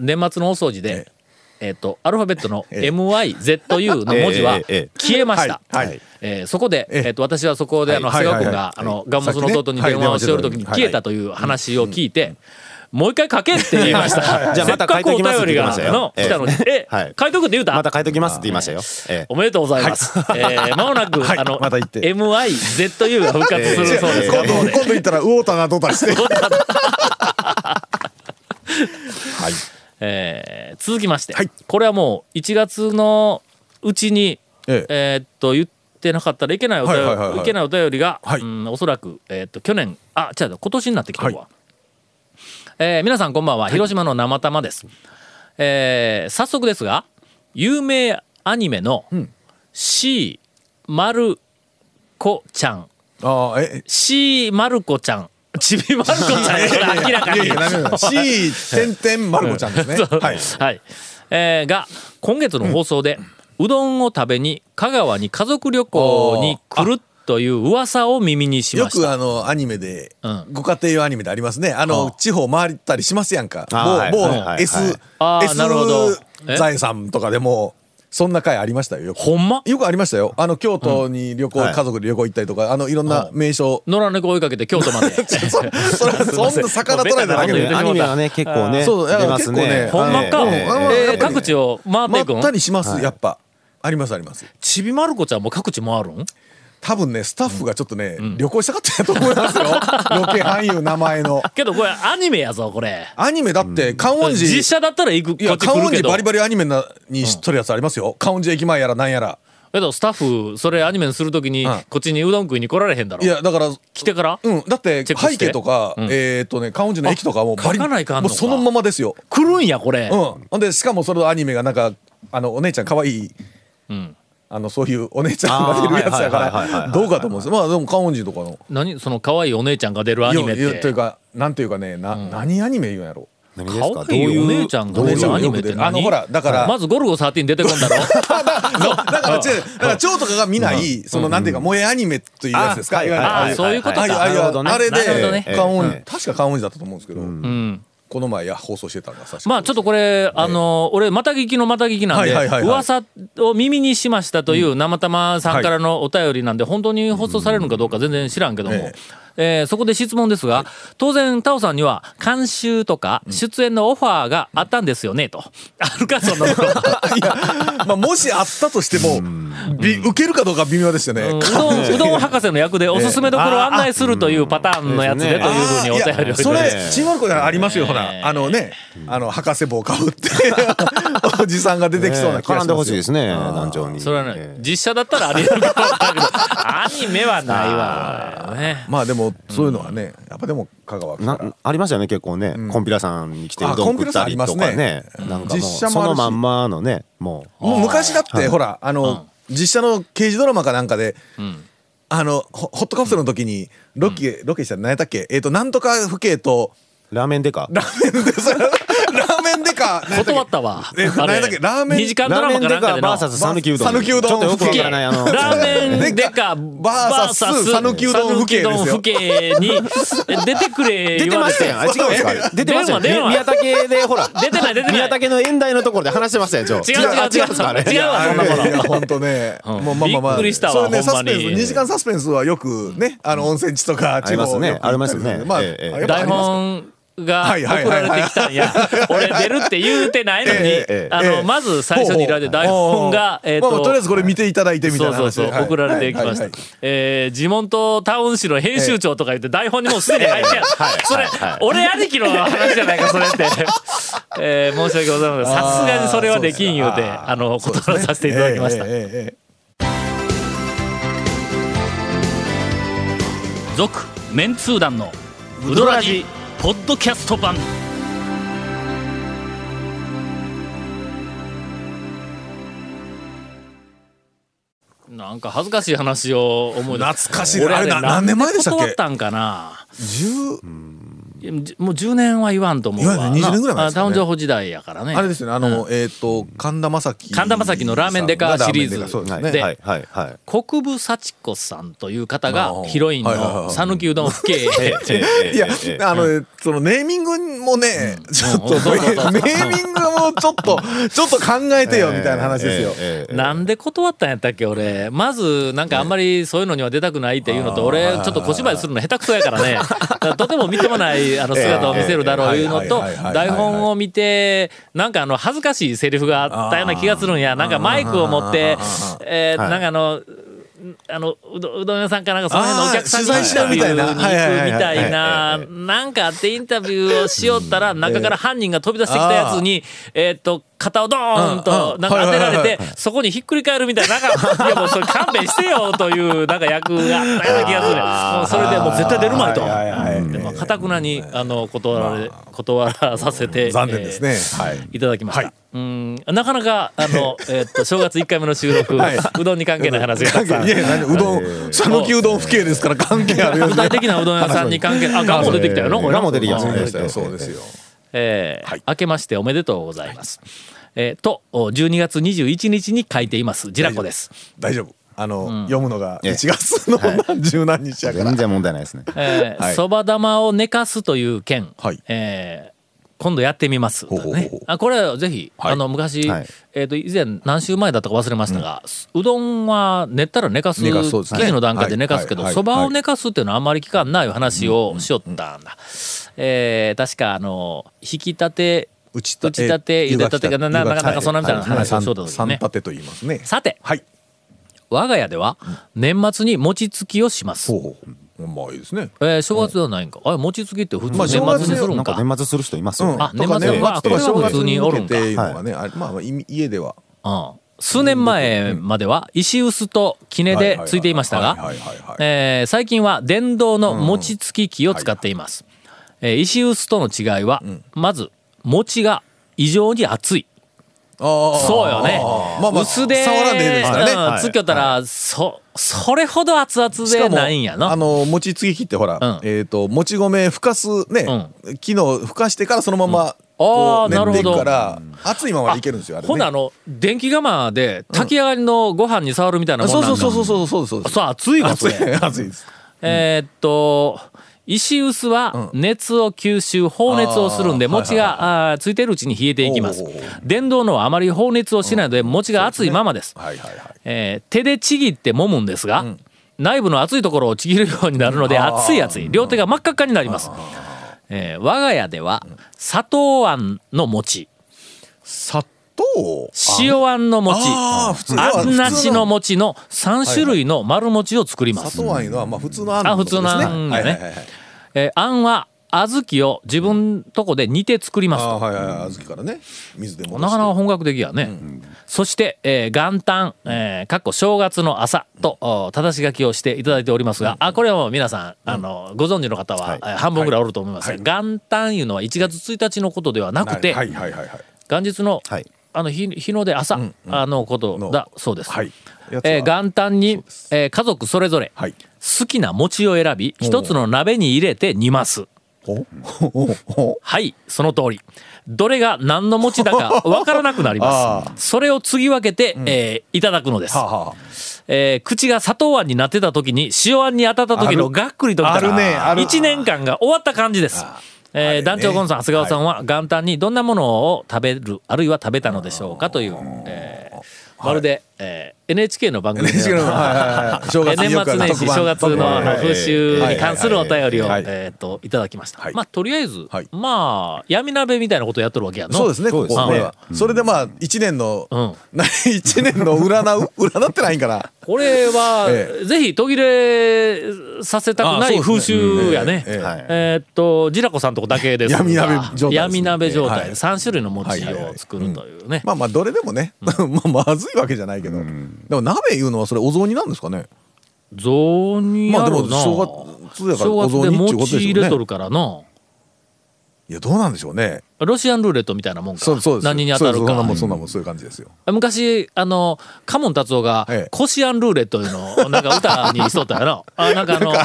[SPEAKER 1] 年末の大掃除で、えっとアルファベットの
[SPEAKER 3] ええ
[SPEAKER 1] MYZU の文字
[SPEAKER 5] ええ
[SPEAKER 1] は
[SPEAKER 5] ええええ
[SPEAKER 1] 消えました。
[SPEAKER 3] はいはい
[SPEAKER 1] えーそこで、
[SPEAKER 3] ええ
[SPEAKER 1] えっと私はそこであの長
[SPEAKER 3] は
[SPEAKER 1] 谷川
[SPEAKER 3] い
[SPEAKER 1] 君
[SPEAKER 3] はい
[SPEAKER 1] が
[SPEAKER 3] は
[SPEAKER 1] あ
[SPEAKER 3] いは
[SPEAKER 1] の
[SPEAKER 3] い
[SPEAKER 1] ガンモスの弟に電話をしておる時に
[SPEAKER 3] さっきね
[SPEAKER 1] 消えたという話を聞いて。もう一回書けって言いました。
[SPEAKER 5] じゃあまた書いときます
[SPEAKER 1] せっかくお便りが
[SPEAKER 5] って言ってましたよ
[SPEAKER 1] の
[SPEAKER 5] ええ
[SPEAKER 1] 来たのに、え
[SPEAKER 5] はい、
[SPEAKER 1] 書いとくって言うた
[SPEAKER 5] また書いときますって言いましたよえ
[SPEAKER 1] おめでとうございます。えーまもなく、
[SPEAKER 3] はい
[SPEAKER 1] あの、
[SPEAKER 3] また言って
[SPEAKER 1] MIZU が復活する
[SPEAKER 5] ええ
[SPEAKER 1] そうです
[SPEAKER 3] 今
[SPEAKER 1] が、
[SPEAKER 3] 度
[SPEAKER 1] もう
[SPEAKER 3] 今
[SPEAKER 1] ね
[SPEAKER 3] 度行ったらウォーターがどうたして。
[SPEAKER 1] えー続きまして、
[SPEAKER 3] はい
[SPEAKER 1] これはもう1月のうちに、
[SPEAKER 3] ええ
[SPEAKER 1] えーっと、言ってなかったらいけないお便り、
[SPEAKER 3] はいいはいはいはい
[SPEAKER 1] けないお便りが、
[SPEAKER 3] はい
[SPEAKER 1] うんおそらく、えーっと、去年、あ、違う、今年になってきたわ。
[SPEAKER 3] は
[SPEAKER 1] えー皆さんこんばんは、広島の生玉です。えー早速ですが、有名アニメの C、まるこちゃん。
[SPEAKER 3] ああえ
[SPEAKER 1] C まる子ちゃんちびまる子ちゃんこれ明らか
[SPEAKER 3] いや
[SPEAKER 1] に
[SPEAKER 3] いやダメだ。C 点点まる子ちゃんですね。はい。
[SPEAKER 1] はいえーが今月の放送で、うどんを食べに香川に家族旅行に来るという噂を耳にし
[SPEAKER 3] よ
[SPEAKER 1] ました
[SPEAKER 3] くあのアニメで、
[SPEAKER 1] うん
[SPEAKER 3] ご家庭用アニメでありますねあ
[SPEAKER 1] ああ
[SPEAKER 3] の地方回ったりしますやんか
[SPEAKER 5] ああはい
[SPEAKER 3] 某某
[SPEAKER 5] はいはいはい
[SPEAKER 3] S
[SPEAKER 1] ああ
[SPEAKER 3] S
[SPEAKER 1] なるほどえ
[SPEAKER 3] 財産とかでもそんな回ありましたよよく
[SPEAKER 1] ほんま
[SPEAKER 3] よくありましたよあの京都に旅行、
[SPEAKER 5] うんはい
[SPEAKER 3] 家族で旅行行ったりとかあのいろんな名
[SPEAKER 1] [LAUGHS]
[SPEAKER 3] 所、
[SPEAKER 1] 野良猫追いかけて京
[SPEAKER 3] [LAUGHS]
[SPEAKER 1] 都まで
[SPEAKER 3] そそれはそんな魚取られただけ
[SPEAKER 1] もうベ
[SPEAKER 5] え
[SPEAKER 1] タな
[SPEAKER 3] で
[SPEAKER 1] こ
[SPEAKER 5] アニメはね結構ね
[SPEAKER 3] そうだか
[SPEAKER 5] 出
[SPEAKER 3] ら
[SPEAKER 5] ますね
[SPEAKER 3] 結構
[SPEAKER 1] ほんまか、
[SPEAKER 5] え
[SPEAKER 3] うん
[SPEAKER 5] え
[SPEAKER 3] あの
[SPEAKER 5] ええ
[SPEAKER 1] えー
[SPEAKER 3] やっぱり
[SPEAKER 1] 各地を回って
[SPEAKER 3] ま
[SPEAKER 1] いくん
[SPEAKER 3] ったりします、やっぱありますあります
[SPEAKER 1] ちびまる子ちゃんも各地回るん
[SPEAKER 3] 多分ねスタッフがちょっとね、旅行したかったんやと思
[SPEAKER 1] [LAUGHS]
[SPEAKER 3] いますよロケ俳優名前の
[SPEAKER 1] けどこれアニメやぞこれ
[SPEAKER 3] アニメだって観音寺
[SPEAKER 1] 実写だったら行く
[SPEAKER 3] い
[SPEAKER 1] こっ
[SPEAKER 3] や、
[SPEAKER 1] ち
[SPEAKER 3] 観
[SPEAKER 1] 来る
[SPEAKER 3] 音
[SPEAKER 1] け
[SPEAKER 3] 寺
[SPEAKER 1] ど
[SPEAKER 3] バリバリアニメなにしとるやつありますよ。観音寺駅前やらなんやら。
[SPEAKER 1] けどスタッフそれアニメにするときに、
[SPEAKER 3] うん
[SPEAKER 1] こっちにうどん食いに来られへんだろ
[SPEAKER 3] いや、だから、
[SPEAKER 1] 来てから、
[SPEAKER 3] うん、だって
[SPEAKER 1] チェックし
[SPEAKER 3] 背
[SPEAKER 1] て
[SPEAKER 3] 景とか、えっとね、観音寺の駅とかも
[SPEAKER 1] あ
[SPEAKER 3] バリ
[SPEAKER 1] 書かないかんの
[SPEAKER 3] も
[SPEAKER 1] か
[SPEAKER 3] うそのままですよ。
[SPEAKER 1] 来るんやこれ、
[SPEAKER 3] うん。ほんで、しかもそれのアニメがなんか、あの、お姉ちゃん可愛い、
[SPEAKER 1] ん
[SPEAKER 3] あの、そういうお姉ちゃんが出るやつや
[SPEAKER 5] あーはいはいはいはい
[SPEAKER 3] か
[SPEAKER 5] はい
[SPEAKER 3] ら、どうかと思うんですよ。まあ、でも観音寺とかの。
[SPEAKER 1] 何その可愛いお姉ちゃんが出るアニメっ
[SPEAKER 3] いやいやとい
[SPEAKER 1] て
[SPEAKER 3] うか、なんていうかね、な、何アニメ言うんやろ。
[SPEAKER 5] 何です
[SPEAKER 1] 可
[SPEAKER 5] かどう
[SPEAKER 1] 愛い
[SPEAKER 5] い
[SPEAKER 1] お
[SPEAKER 5] う
[SPEAKER 1] 姉ちゃんが出
[SPEAKER 3] ど
[SPEAKER 1] る
[SPEAKER 3] ういう
[SPEAKER 1] アニメって何
[SPEAKER 3] あのほらだから
[SPEAKER 1] まず「ゴルゴ13」出てこんだろ
[SPEAKER 3] [LAUGHS] そうだから違う、だから蝶とかが見ない、そのなんていうか、萌えアニメというやつですか。
[SPEAKER 5] あはい
[SPEAKER 3] わゆる
[SPEAKER 1] あーそういうことか
[SPEAKER 3] ああいうああいう
[SPEAKER 5] なるほどね
[SPEAKER 3] あれで
[SPEAKER 1] なるほどね、
[SPEAKER 3] 観音
[SPEAKER 5] ええ
[SPEAKER 3] 確か観音寺だったと思うんですけど、
[SPEAKER 1] うん
[SPEAKER 3] この前いや放送してたんだ、
[SPEAKER 1] まあちょっとこれあの俺また聞きのまた聞きなんで
[SPEAKER 3] はいはいはいはい
[SPEAKER 1] 噂を耳にしましたという生玉さんからのお便りなんで本当に放送されるのかどうか全然知らんけども
[SPEAKER 3] え
[SPEAKER 1] えーそこで質問ですが当然タオさんには監修とか出演のオファーがあったんですよねとあるかそんなこと
[SPEAKER 3] れ。いや、まあもしあったとしても、び受けるかどうか微妙ですよね。
[SPEAKER 1] うんうどんうどん博士の役でおすすめどころを案内するというパターンのやつでというふうにお便りをいただいて
[SPEAKER 3] それチームワルコでありますよほらあのねあの博士帽かぶって
[SPEAKER 1] [LAUGHS]
[SPEAKER 3] おじさんが出てきそうな気が
[SPEAKER 4] 絡んでほしいですすね団長に
[SPEAKER 1] それは
[SPEAKER 4] え
[SPEAKER 1] ね実写だったらありえるかと思ったけどアニメはないわね
[SPEAKER 3] まあでもそういうのはねやっぱでも香川
[SPEAKER 4] え
[SPEAKER 3] から
[SPEAKER 4] なありましたよね結構ねコンピラさんに来て
[SPEAKER 3] あ
[SPEAKER 4] うどん食ったり
[SPEAKER 3] コンピラさんあ
[SPEAKER 4] とか
[SPEAKER 3] りま
[SPEAKER 4] ね
[SPEAKER 3] すね
[SPEAKER 4] なんかもう
[SPEAKER 3] 実写
[SPEAKER 4] そ
[SPEAKER 3] もある
[SPEAKER 4] の
[SPEAKER 3] し
[SPEAKER 4] まんまのねもう
[SPEAKER 3] もう昔だってほらあの実写の刑事ドラマかなんかであのホホットカプセルの時にロケロケしたら何やったっけえっとなんとか府
[SPEAKER 1] [LAUGHS]
[SPEAKER 3] 警と
[SPEAKER 4] ラーメンでか
[SPEAKER 3] ラーメンでそれラーメンでか何やったっけ
[SPEAKER 1] 断ったわ
[SPEAKER 3] え
[SPEAKER 1] あれ
[SPEAKER 3] 何だっけラーメン
[SPEAKER 1] 2時間ド
[SPEAKER 4] ラー
[SPEAKER 1] ラマか
[SPEAKER 4] メンで
[SPEAKER 1] なんか
[SPEAKER 4] か
[SPEAKER 1] での
[SPEAKER 4] VS 讃岐うどん
[SPEAKER 3] 讃岐うどん
[SPEAKER 4] ちょっとよくわからないあの
[SPEAKER 1] ラーメンデ
[SPEAKER 3] デ
[SPEAKER 1] カ
[SPEAKER 3] カ
[SPEAKER 1] バーサス
[SPEAKER 3] VS 讃岐うどん府警ですよ
[SPEAKER 1] 讃岐うどん府警に出てくれ
[SPEAKER 4] 出て
[SPEAKER 1] 言わ
[SPEAKER 4] ま
[SPEAKER 1] れ
[SPEAKER 4] した
[SPEAKER 1] て
[SPEAKER 4] やんあ違うんですか出てましたよ
[SPEAKER 1] 出るわ
[SPEAKER 4] み宮武でほら
[SPEAKER 1] 出てない出てない
[SPEAKER 4] 宮武の縁台のところで話してましたよちょ
[SPEAKER 1] 違う違う違う
[SPEAKER 4] あうんですかあれ
[SPEAKER 1] 違うわそんなもの
[SPEAKER 3] いや本当ね、
[SPEAKER 1] ん
[SPEAKER 3] もうまあまあまあ
[SPEAKER 1] びっくりしたわ
[SPEAKER 3] そうね
[SPEAKER 1] ほんま
[SPEAKER 3] サ
[SPEAKER 1] に
[SPEAKER 3] スペンス2時間サスペンスはよくねあの温泉地とか地方
[SPEAKER 4] ありますね
[SPEAKER 3] よく
[SPEAKER 4] ありますよね
[SPEAKER 3] まあ、
[SPEAKER 4] ええええ
[SPEAKER 3] やっぱあ
[SPEAKER 1] 台
[SPEAKER 3] ります
[SPEAKER 1] 本が
[SPEAKER 3] は
[SPEAKER 1] 送
[SPEAKER 3] いはいは
[SPEAKER 1] ら
[SPEAKER 3] いはい
[SPEAKER 1] れてきたんや俺出るって言うてないのに、
[SPEAKER 3] え
[SPEAKER 4] え
[SPEAKER 1] あ
[SPEAKER 3] え
[SPEAKER 1] の
[SPEAKER 3] え
[SPEAKER 1] まず最初にいられて台本が、
[SPEAKER 3] ほうほう
[SPEAKER 1] えーと
[SPEAKER 3] まあまあとりあえずこれ見ていただいてみたいな話
[SPEAKER 1] そうそうそう、
[SPEAKER 3] はい
[SPEAKER 1] 送られてきました、
[SPEAKER 3] はいはい
[SPEAKER 1] えー地元タウン誌の編集長とか言って台本にもうすでに入ってやる、それ、俺兄貴の話じゃないかそれって、えー申し訳ございませんさすがにそれはできん言うてあの断らさせていただきました
[SPEAKER 3] ええええええ
[SPEAKER 1] 続メンツー団のウドラジポッドキャスト版なんか恥ずかしい話を思い出す
[SPEAKER 3] 懐かしい
[SPEAKER 1] 俺あれ
[SPEAKER 3] あれな何年前でしたっけ
[SPEAKER 1] 断ったんかな
[SPEAKER 3] 10
[SPEAKER 1] いやじもう10年は言わんと思うわ
[SPEAKER 3] 言わない20年ぐらい前です
[SPEAKER 1] な
[SPEAKER 3] よね
[SPEAKER 1] あタウン情報時代やからね
[SPEAKER 3] あれですよねあの、えっ、と神田正輝
[SPEAKER 1] 神田正輝のラーメンデカシリーズ
[SPEAKER 3] ラメンデカそうで
[SPEAKER 4] は
[SPEAKER 3] す
[SPEAKER 4] い
[SPEAKER 3] ね、
[SPEAKER 1] で
[SPEAKER 4] はいはいはい
[SPEAKER 1] 国分幸子さんという方
[SPEAKER 3] あ
[SPEAKER 1] が
[SPEAKER 3] ー
[SPEAKER 1] ヒロイン
[SPEAKER 3] はいはいはい
[SPEAKER 1] の
[SPEAKER 3] はい
[SPEAKER 1] 讃岐うどん府警
[SPEAKER 3] [LAUGHS]
[SPEAKER 4] ええええええ
[SPEAKER 3] いや
[SPEAKER 4] ええ、
[SPEAKER 3] あの、そのネーミングもね、ちょっと、
[SPEAKER 1] うんそうそうそう
[SPEAKER 3] ネーミングもうちょっと、ちょっと考えてよみたいな話ですよ。
[SPEAKER 4] ええええ
[SPEAKER 1] なんで断ったんやったっけ俺まずなんかあんまりそういうのには出たくないっていうのと俺ちょっと小芝居するの下手 [LAUGHS] くそや
[SPEAKER 3] [LAUGHS]
[SPEAKER 1] からねだからとても見てもないあの姿を見せるだろういうのと
[SPEAKER 3] ええええはいはいはいはいはい
[SPEAKER 1] 台本を見てなんかあの恥ずかしいセリフがあったような気がするんやなんかマイクを持ってえー
[SPEAKER 4] はい
[SPEAKER 1] なんかあのあのうどうどん屋さんかなんかその辺のお客さんに
[SPEAKER 3] あー
[SPEAKER 1] インタビューに行くみ
[SPEAKER 3] 取材してるみ
[SPEAKER 1] た
[SPEAKER 3] た
[SPEAKER 1] い
[SPEAKER 3] い
[SPEAKER 1] ななんかあってインタビューをしよったら中から犯人が飛び出してきたやつにえーっと肩をドーンと
[SPEAKER 3] うんうん
[SPEAKER 1] なんか当てられ
[SPEAKER 3] はいはいは
[SPEAKER 1] て
[SPEAKER 3] い
[SPEAKER 1] そこにひっくり返るみたいな、
[SPEAKER 3] [LAUGHS]
[SPEAKER 1] なんか、いやもうそれ勘弁してよという、なんか役があったような気がするね。もうそれでもう絶対出るまいと。
[SPEAKER 3] はいはいはい
[SPEAKER 1] でまあ、かたくなに、あの、断られ、断らさせて。
[SPEAKER 3] 残念ですね。はい。
[SPEAKER 1] えー。いただきました。うん、なかなか、あ
[SPEAKER 3] [LAUGHS]
[SPEAKER 1] の、えーっと、正月一回目の収録、
[SPEAKER 3] はいう
[SPEAKER 1] どんに関係ない話がたくさん
[SPEAKER 3] いやいや何うどん讃岐うどん府警ですから関係あるよ
[SPEAKER 1] 具体的なうどん屋さんに関係、あ、ガモ出てきたよな、これな。
[SPEAKER 4] ガモ出てきましたね
[SPEAKER 3] そうですよそうですよ
[SPEAKER 1] えー明けましておめでとうございます。えーと、お12月21日に書いています、ジラコです。
[SPEAKER 3] 大丈夫あの、読むのが
[SPEAKER 4] ええ
[SPEAKER 3] 1月の何十何日やから、
[SPEAKER 4] 全然問題ないですね
[SPEAKER 1] えー
[SPEAKER 3] はい
[SPEAKER 1] そば玉を寝かすという件、
[SPEAKER 3] はい
[SPEAKER 1] えー今度やってみます、
[SPEAKER 3] ほうほうほう
[SPEAKER 1] ねあこれはぜひ、あの昔、
[SPEAKER 4] はい
[SPEAKER 1] えー、と以前何週前だったか忘れましたが、うどんは寝たら寝かす
[SPEAKER 3] 寝かすそうです
[SPEAKER 1] 記
[SPEAKER 3] ね
[SPEAKER 1] 事の段階で寝かすけど
[SPEAKER 3] はいはい
[SPEAKER 1] そば、を寝かすっていうのはあんまり聞かんない話をしよったんだ、えー確かあの引き立て
[SPEAKER 3] 打ち
[SPEAKER 1] 打ち立て茹でたてがななななんかそんなみたいな話をしようと
[SPEAKER 3] と
[SPEAKER 1] です
[SPEAKER 3] 三
[SPEAKER 1] ね
[SPEAKER 3] 立てと言いますね
[SPEAKER 1] さて
[SPEAKER 3] はい
[SPEAKER 1] 我が家では年末に餅つきをします、
[SPEAKER 3] ほうほううまいですね
[SPEAKER 1] えー正月ではないんか、あれ餅つきって普通
[SPEAKER 3] まあ
[SPEAKER 1] 年末にする
[SPEAKER 4] なんん
[SPEAKER 1] か
[SPEAKER 4] か年末する人いますよね
[SPEAKER 1] あ
[SPEAKER 3] とか
[SPEAKER 1] 年末はこ
[SPEAKER 3] とか
[SPEAKER 1] れは普
[SPEAKER 3] 正
[SPEAKER 1] 通
[SPEAKER 3] 月
[SPEAKER 1] に
[SPEAKER 3] に
[SPEAKER 1] お
[SPEAKER 3] 向
[SPEAKER 1] る
[SPEAKER 3] け
[SPEAKER 1] んか
[SPEAKER 3] ていうのはね、あれまあまあい家では
[SPEAKER 1] うん数年前までは石臼と杵でついていましたが
[SPEAKER 3] はいはいはいはいはいはいはい
[SPEAKER 1] えー最近は電動の餅つき機を使っています、えー石臼との違いは、まず餅が異常に熱いそ
[SPEAKER 3] そう
[SPEAKER 1] よね
[SPEAKER 3] まあまあ
[SPEAKER 1] 薄で
[SPEAKER 3] 触らんでいいですからね、
[SPEAKER 1] うん、つきょったら、そそれほど熱々
[SPEAKER 3] し
[SPEAKER 1] で
[SPEAKER 3] かも
[SPEAKER 1] ないんやな
[SPEAKER 3] あの餅つぎ機ってほら、
[SPEAKER 1] うん
[SPEAKER 3] えっ、ともち米ふかすね、機能ふかしてからそのままこ
[SPEAKER 1] あ
[SPEAKER 3] う
[SPEAKER 1] ー
[SPEAKER 3] 練って
[SPEAKER 1] なるほ
[SPEAKER 3] い
[SPEAKER 1] ど
[SPEAKER 3] くから熱いままでいけるんですよあれ、ね、
[SPEAKER 1] ほなあの電気釜で炊き上がりのご飯に触るみたいなもんな
[SPEAKER 3] そ
[SPEAKER 1] ん
[SPEAKER 3] う
[SPEAKER 1] だ
[SPEAKER 3] そうそうそうそうそうそう
[SPEAKER 1] そう熱いわそ
[SPEAKER 3] 熱
[SPEAKER 1] れ
[SPEAKER 3] い [LAUGHS] 熱いです
[SPEAKER 1] えーっと石臼は熱を吸収放熱をするんで
[SPEAKER 3] あーはい
[SPEAKER 1] 餅があーついてるうちに冷えていきます
[SPEAKER 3] おうおうおう
[SPEAKER 1] 電動のはあまり放熱をしないので餅が熱いままです
[SPEAKER 3] はいはいはい
[SPEAKER 1] えー手でちぎって揉むんですが、内部の熱いところをちぎるようになるので熱い熱い両手が真っ赤っかになります、えー我が家では砂糖あんの餅
[SPEAKER 3] 砂糖
[SPEAKER 1] 塩あんの餅
[SPEAKER 3] あー普通の
[SPEAKER 1] あんなしの餅の3種類の丸餅を作りま
[SPEAKER 3] 砂
[SPEAKER 1] す、
[SPEAKER 3] 糖あんいうのはまあ普通のあん
[SPEAKER 1] あ普通のあんね
[SPEAKER 3] はいはいはいはい
[SPEAKER 1] えーあんは小豆を自分とこで煮て作ります
[SPEAKER 3] あーはいはいはい小豆からね水で戻して
[SPEAKER 1] なかなか本格的やね、そして、えー元旦、えーかっこ正月の朝と、お正し書きをしていただいておりますが、あこれはもう皆さんあのご存知の方は、えー半分ぐらいおると思いますが、元旦いうのは1月1日のことではなくて、
[SPEAKER 3] はいはいはいはい
[SPEAKER 1] 元日の,、
[SPEAKER 4] はい
[SPEAKER 1] あの日日の出朝、あのことだそうです、
[SPEAKER 3] はいやつは
[SPEAKER 1] えー元旦に、えー家族それぞれ、
[SPEAKER 3] はい
[SPEAKER 1] 好きな餅を選び一つの鍋に入れて煮ます
[SPEAKER 3] ほほほ
[SPEAKER 1] はいその通りどれが何の餅だ
[SPEAKER 3] [LAUGHS]
[SPEAKER 1] かわからなくなりますそれを継ぎ分けて、えーいただくのです、
[SPEAKER 3] はあはあ
[SPEAKER 1] [LAUGHS] えー口が砂糖あんになってた時に塩あんに当たった時のがっくりときた
[SPEAKER 3] あるねある
[SPEAKER 1] 1年間が終わった感じです
[SPEAKER 3] あ
[SPEAKER 1] えー
[SPEAKER 3] れね
[SPEAKER 1] 団長ゴンさん長谷川さんは元旦にどんなものを食べるあるいは食べたのでしょうかという、えーまるで、えー NHK の番組のよう
[SPEAKER 3] NHK のはいはいはい正
[SPEAKER 1] なえー
[SPEAKER 3] 月によ
[SPEAKER 1] 年
[SPEAKER 3] くあ
[SPEAKER 1] 末年始
[SPEAKER 3] る特番
[SPEAKER 1] 正月のあの
[SPEAKER 3] はいはいはい
[SPEAKER 1] 風習に関するお便りを、
[SPEAKER 3] はい
[SPEAKER 1] えー、といただきました、
[SPEAKER 3] はい
[SPEAKER 1] まあとりあえず、
[SPEAKER 3] はい
[SPEAKER 1] まあ闇鍋みたいなことやっとるわけやの
[SPEAKER 3] そうですねここ
[SPEAKER 1] ね
[SPEAKER 3] ねそれでまあ一年の
[SPEAKER 1] うん
[SPEAKER 3] な [LAUGHS] 一年の占う占ってないんかな
[SPEAKER 1] これは、
[SPEAKER 3] え
[SPEAKER 1] ぜひ途切れさせたくない風習やね。え
[SPEAKER 3] ええええはい
[SPEAKER 1] ーっとジラコさんとこだけですが
[SPEAKER 3] 闇鍋状態ですね
[SPEAKER 1] 闇鍋状態
[SPEAKER 3] はい
[SPEAKER 1] 3種類の
[SPEAKER 3] はい
[SPEAKER 1] 餅
[SPEAKER 3] はいはい
[SPEAKER 1] を作るというね
[SPEAKER 3] まあまあどれでもね [LAUGHS] まあまずいわけじゃないけどでも鍋いうのはそれお雑煮なんですかね
[SPEAKER 1] 雑煮
[SPEAKER 3] ま
[SPEAKER 1] や
[SPEAKER 3] あで
[SPEAKER 1] ろ
[SPEAKER 3] も
[SPEAKER 1] な
[SPEAKER 3] 正月やか
[SPEAKER 1] 正
[SPEAKER 3] らお
[SPEAKER 1] 月
[SPEAKER 3] 雑
[SPEAKER 1] で
[SPEAKER 3] 煮っちゅうこと
[SPEAKER 1] 餅入れ
[SPEAKER 3] でしょ
[SPEAKER 1] と
[SPEAKER 3] うね
[SPEAKER 1] るからない
[SPEAKER 3] やどうなんでしょうね
[SPEAKER 1] ロシアンルーレットみたいなもんか
[SPEAKER 3] そうそうです
[SPEAKER 1] 何に当たる
[SPEAKER 3] そうですそんなも
[SPEAKER 1] か
[SPEAKER 3] んそんなもんそういう感じですよ
[SPEAKER 1] 昔あのカモン達夫が
[SPEAKER 3] ええ
[SPEAKER 1] 「コシアンルーレット」いうのをなんか歌にしとったや
[SPEAKER 3] [LAUGHS]
[SPEAKER 1] ろあなんかあの
[SPEAKER 3] あ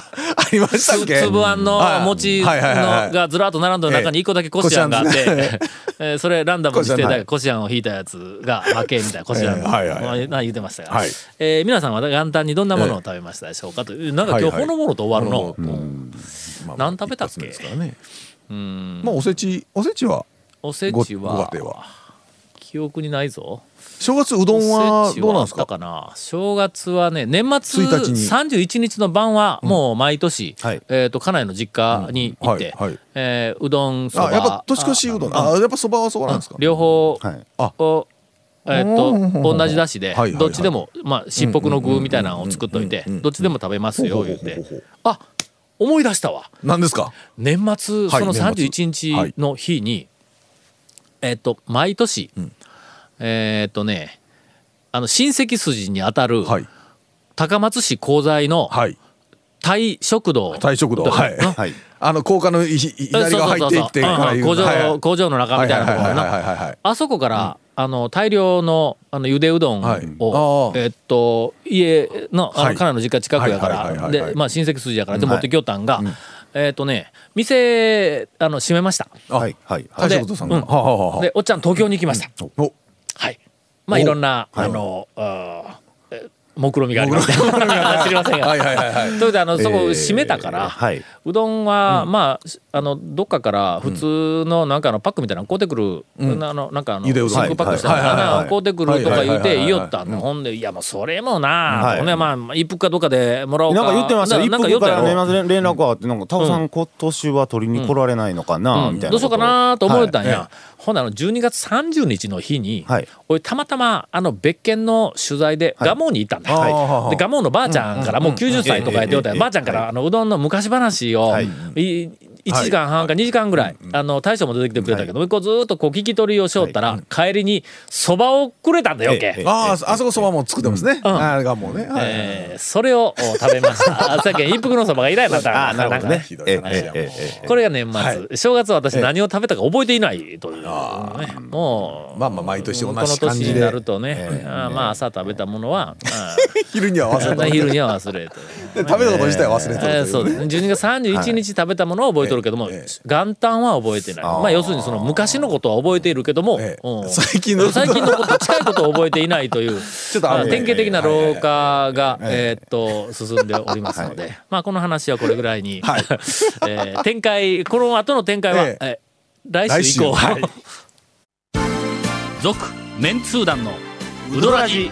[SPEAKER 3] りましたっけ
[SPEAKER 1] つぶあんの
[SPEAKER 3] はい
[SPEAKER 1] 餅の
[SPEAKER 3] はいはいはい
[SPEAKER 1] がずらっと並んでる中に一個だけこしあんがあっ
[SPEAKER 3] ええこしあん
[SPEAKER 1] て、 [LAUGHS] えーそれランダムにして
[SPEAKER 3] こしあん
[SPEAKER 1] だからこしあんを引いたやつが負けみたいなこしあん
[SPEAKER 3] ええはいはい
[SPEAKER 1] まあな言ってましたが、
[SPEAKER 3] はい
[SPEAKER 1] えー皆さんは元旦にどんなものを食べましたでしょうかというなんか今日
[SPEAKER 3] はいは
[SPEAKER 1] ほ
[SPEAKER 3] い
[SPEAKER 1] のものと終わるの、
[SPEAKER 3] うん
[SPEAKER 1] うん
[SPEAKER 3] まあ
[SPEAKER 1] 何食べたっけ
[SPEAKER 3] 一発目ですからねまあおせちおせちは
[SPEAKER 1] おせ
[SPEAKER 3] ごご
[SPEAKER 1] ち
[SPEAKER 3] 家
[SPEAKER 1] は
[SPEAKER 3] 庭は
[SPEAKER 1] 記憶にないぞ
[SPEAKER 3] 正月うど
[SPEAKER 1] お
[SPEAKER 3] んは
[SPEAKER 1] せち
[SPEAKER 3] どうなん
[SPEAKER 1] はあ
[SPEAKER 3] で
[SPEAKER 1] っ
[SPEAKER 3] す
[SPEAKER 1] たか
[SPEAKER 3] か
[SPEAKER 1] な正月はね年末
[SPEAKER 3] 1日に
[SPEAKER 1] 31日の晩はもう毎年、
[SPEAKER 4] はい
[SPEAKER 1] えー、と家内の実家に行って、
[SPEAKER 3] うんはいはい
[SPEAKER 1] えーうどんそば
[SPEAKER 3] あやっぱ年越しうどんあやっぱそばはそばなんですか
[SPEAKER 1] 両方
[SPEAKER 4] はい
[SPEAKER 3] あ
[SPEAKER 1] を、えーっと同じだしで、
[SPEAKER 3] はいはいはい
[SPEAKER 1] どっちでもまあしっぽくの具みたいなのを作っといて
[SPEAKER 3] うんうんうんうん
[SPEAKER 1] どっちでも食べますよ
[SPEAKER 3] ほうほ
[SPEAKER 1] 言
[SPEAKER 3] う
[SPEAKER 1] っ
[SPEAKER 3] ほうほう
[SPEAKER 1] てあ思い出したわ
[SPEAKER 3] 何ですか
[SPEAKER 1] 年末
[SPEAKER 3] はい
[SPEAKER 1] その
[SPEAKER 3] 年末
[SPEAKER 1] 31日の日に、えーっと毎年、えーっとねあの親戚筋にあたる
[SPEAKER 3] はい
[SPEAKER 1] 高松市鉱材の
[SPEAKER 3] はい
[SPEAKER 1] タイ食堂
[SPEAKER 3] 大食堂
[SPEAKER 1] と
[SPEAKER 3] はい
[SPEAKER 1] の
[SPEAKER 4] はい
[SPEAKER 3] あの高架のいい左側入っていってか
[SPEAKER 1] うんう
[SPEAKER 3] ら
[SPEAKER 1] ん
[SPEAKER 3] 言
[SPEAKER 1] 工
[SPEAKER 3] うのはいはい
[SPEAKER 1] 場工場の中みたいなところ
[SPEAKER 3] はいはいはいはいはいは
[SPEAKER 1] ないあそこから、あの大量のあのゆでうどんを、
[SPEAKER 3] はいあー
[SPEAKER 1] えっと家のあ
[SPEAKER 3] は
[SPEAKER 1] の
[SPEAKER 3] い
[SPEAKER 1] 彼の実家近くやか
[SPEAKER 3] はいはいはい
[SPEAKER 1] ら
[SPEAKER 3] はいはい
[SPEAKER 1] でまあ親戚筋やからで持ってきよったんが、えっとね店あの閉めました
[SPEAKER 4] はいはい
[SPEAKER 3] 大
[SPEAKER 4] はい
[SPEAKER 3] 将ことさんが
[SPEAKER 1] うん
[SPEAKER 3] はあはあはあ
[SPEAKER 1] でおっちゃん東京に行きました、
[SPEAKER 3] お
[SPEAKER 1] はいまあ
[SPEAKER 3] お
[SPEAKER 1] いろんな
[SPEAKER 3] はい
[SPEAKER 1] あの、あーえ目論みがありました [LAUGHS] 知りませんが
[SPEAKER 3] はいはいはいはい
[SPEAKER 1] ということであのそこ閉めたから、
[SPEAKER 4] はい。
[SPEAKER 1] うどんは、まあしあのどっかから普通のなんかあのパックみたいなの買うてくる、あのなんかあの
[SPEAKER 3] ゆでうどん
[SPEAKER 1] 真空パックした
[SPEAKER 3] はいはいはいはい
[SPEAKER 1] あんなの買うてくるとか言う
[SPEAKER 3] はいはいはい
[SPEAKER 1] て
[SPEAKER 3] はい
[SPEAKER 1] 言いよったのほんでいやもうそれもな、
[SPEAKER 4] はい
[SPEAKER 1] ほんでまあ一服かどっかでもらおうか
[SPEAKER 4] なんか言ってましたよ。
[SPEAKER 1] な
[SPEAKER 4] 一
[SPEAKER 1] なんか
[SPEAKER 4] 服
[SPEAKER 1] 言っ
[SPEAKER 4] か
[SPEAKER 1] たや
[SPEAKER 4] ら
[SPEAKER 1] ろ
[SPEAKER 4] ねまず連連絡があって、なんか、タオさん、今年は取りに来られないのかな、みたいな。
[SPEAKER 1] どうしようかなと思ってたんや、
[SPEAKER 4] は
[SPEAKER 1] ほんなら12月30日の日に、
[SPEAKER 4] はい
[SPEAKER 1] 俺たまたまあの別件の取材で
[SPEAKER 4] はい
[SPEAKER 1] 蒲生に行ったんだ、
[SPEAKER 4] はい
[SPEAKER 3] ああ
[SPEAKER 1] でガモのばあちゃんからもう90歳とかやっておったん
[SPEAKER 4] え
[SPEAKER 1] や
[SPEAKER 4] え
[SPEAKER 1] ばあちゃんからあのうどんの昔話を
[SPEAKER 4] はい
[SPEAKER 1] 1時間半か2時間ぐらいあの大将も出てきてくれたけどこうずーっとこう聞き取りをしよったら帰りにそばをくれたんだよ
[SPEAKER 4] ええ
[SPEAKER 1] け
[SPEAKER 4] ええ。
[SPEAKER 3] あーあそこそばも作ってますねあれがもうねはい
[SPEAKER 1] えーそれをお食べました。
[SPEAKER 4] [LAUGHS]
[SPEAKER 1] あさっき一服のそばがいらいなったから
[SPEAKER 4] あーなるほど
[SPEAKER 1] ん
[SPEAKER 4] ね
[SPEAKER 1] か。
[SPEAKER 3] ひど
[SPEAKER 4] え
[SPEAKER 3] い
[SPEAKER 4] え
[SPEAKER 3] 話
[SPEAKER 4] え
[SPEAKER 3] やもう
[SPEAKER 4] ええええ
[SPEAKER 1] これが年末、
[SPEAKER 3] は
[SPEAKER 1] 正月は私何を食べたか覚えていないという、ね、もう
[SPEAKER 3] まあまあ毎年同
[SPEAKER 1] この
[SPEAKER 3] じ感
[SPEAKER 1] 年
[SPEAKER 3] じ
[SPEAKER 1] にな
[SPEAKER 3] で
[SPEAKER 1] るとね、あーまあ朝食べたものは、
[SPEAKER 3] [LAUGHS] 昼には
[SPEAKER 1] あ
[SPEAKER 3] 忘れ
[SPEAKER 1] ー
[SPEAKER 3] た
[SPEAKER 1] 昼には忘れ
[SPEAKER 3] [LAUGHS]
[SPEAKER 1] て。
[SPEAKER 3] 食べたこと自体忘れてると
[SPEAKER 1] え
[SPEAKER 3] い
[SPEAKER 1] ーそう
[SPEAKER 3] ね
[SPEAKER 1] ですね12月31日食べたものは覚えとるけども、
[SPEAKER 3] ええ
[SPEAKER 1] 元旦は覚えてないまあ要するにその昔のことは覚えているけども、
[SPEAKER 3] ええ [LAUGHS]
[SPEAKER 1] うん
[SPEAKER 3] 最近のこと
[SPEAKER 1] 最近のこと近いことを覚えていないという
[SPEAKER 3] ょっとあの
[SPEAKER 1] まあ典型的な老化が、
[SPEAKER 3] いはい
[SPEAKER 1] えーっと進んでおりますので、まあこの話はこれぐらいに、
[SPEAKER 3] はい
[SPEAKER 1] [LAUGHS] えー展開この後の展開は、
[SPEAKER 3] え
[SPEAKER 1] えー来週以降
[SPEAKER 3] 来週はい
[SPEAKER 1] [LAUGHS] 続メンツー団のウドラジ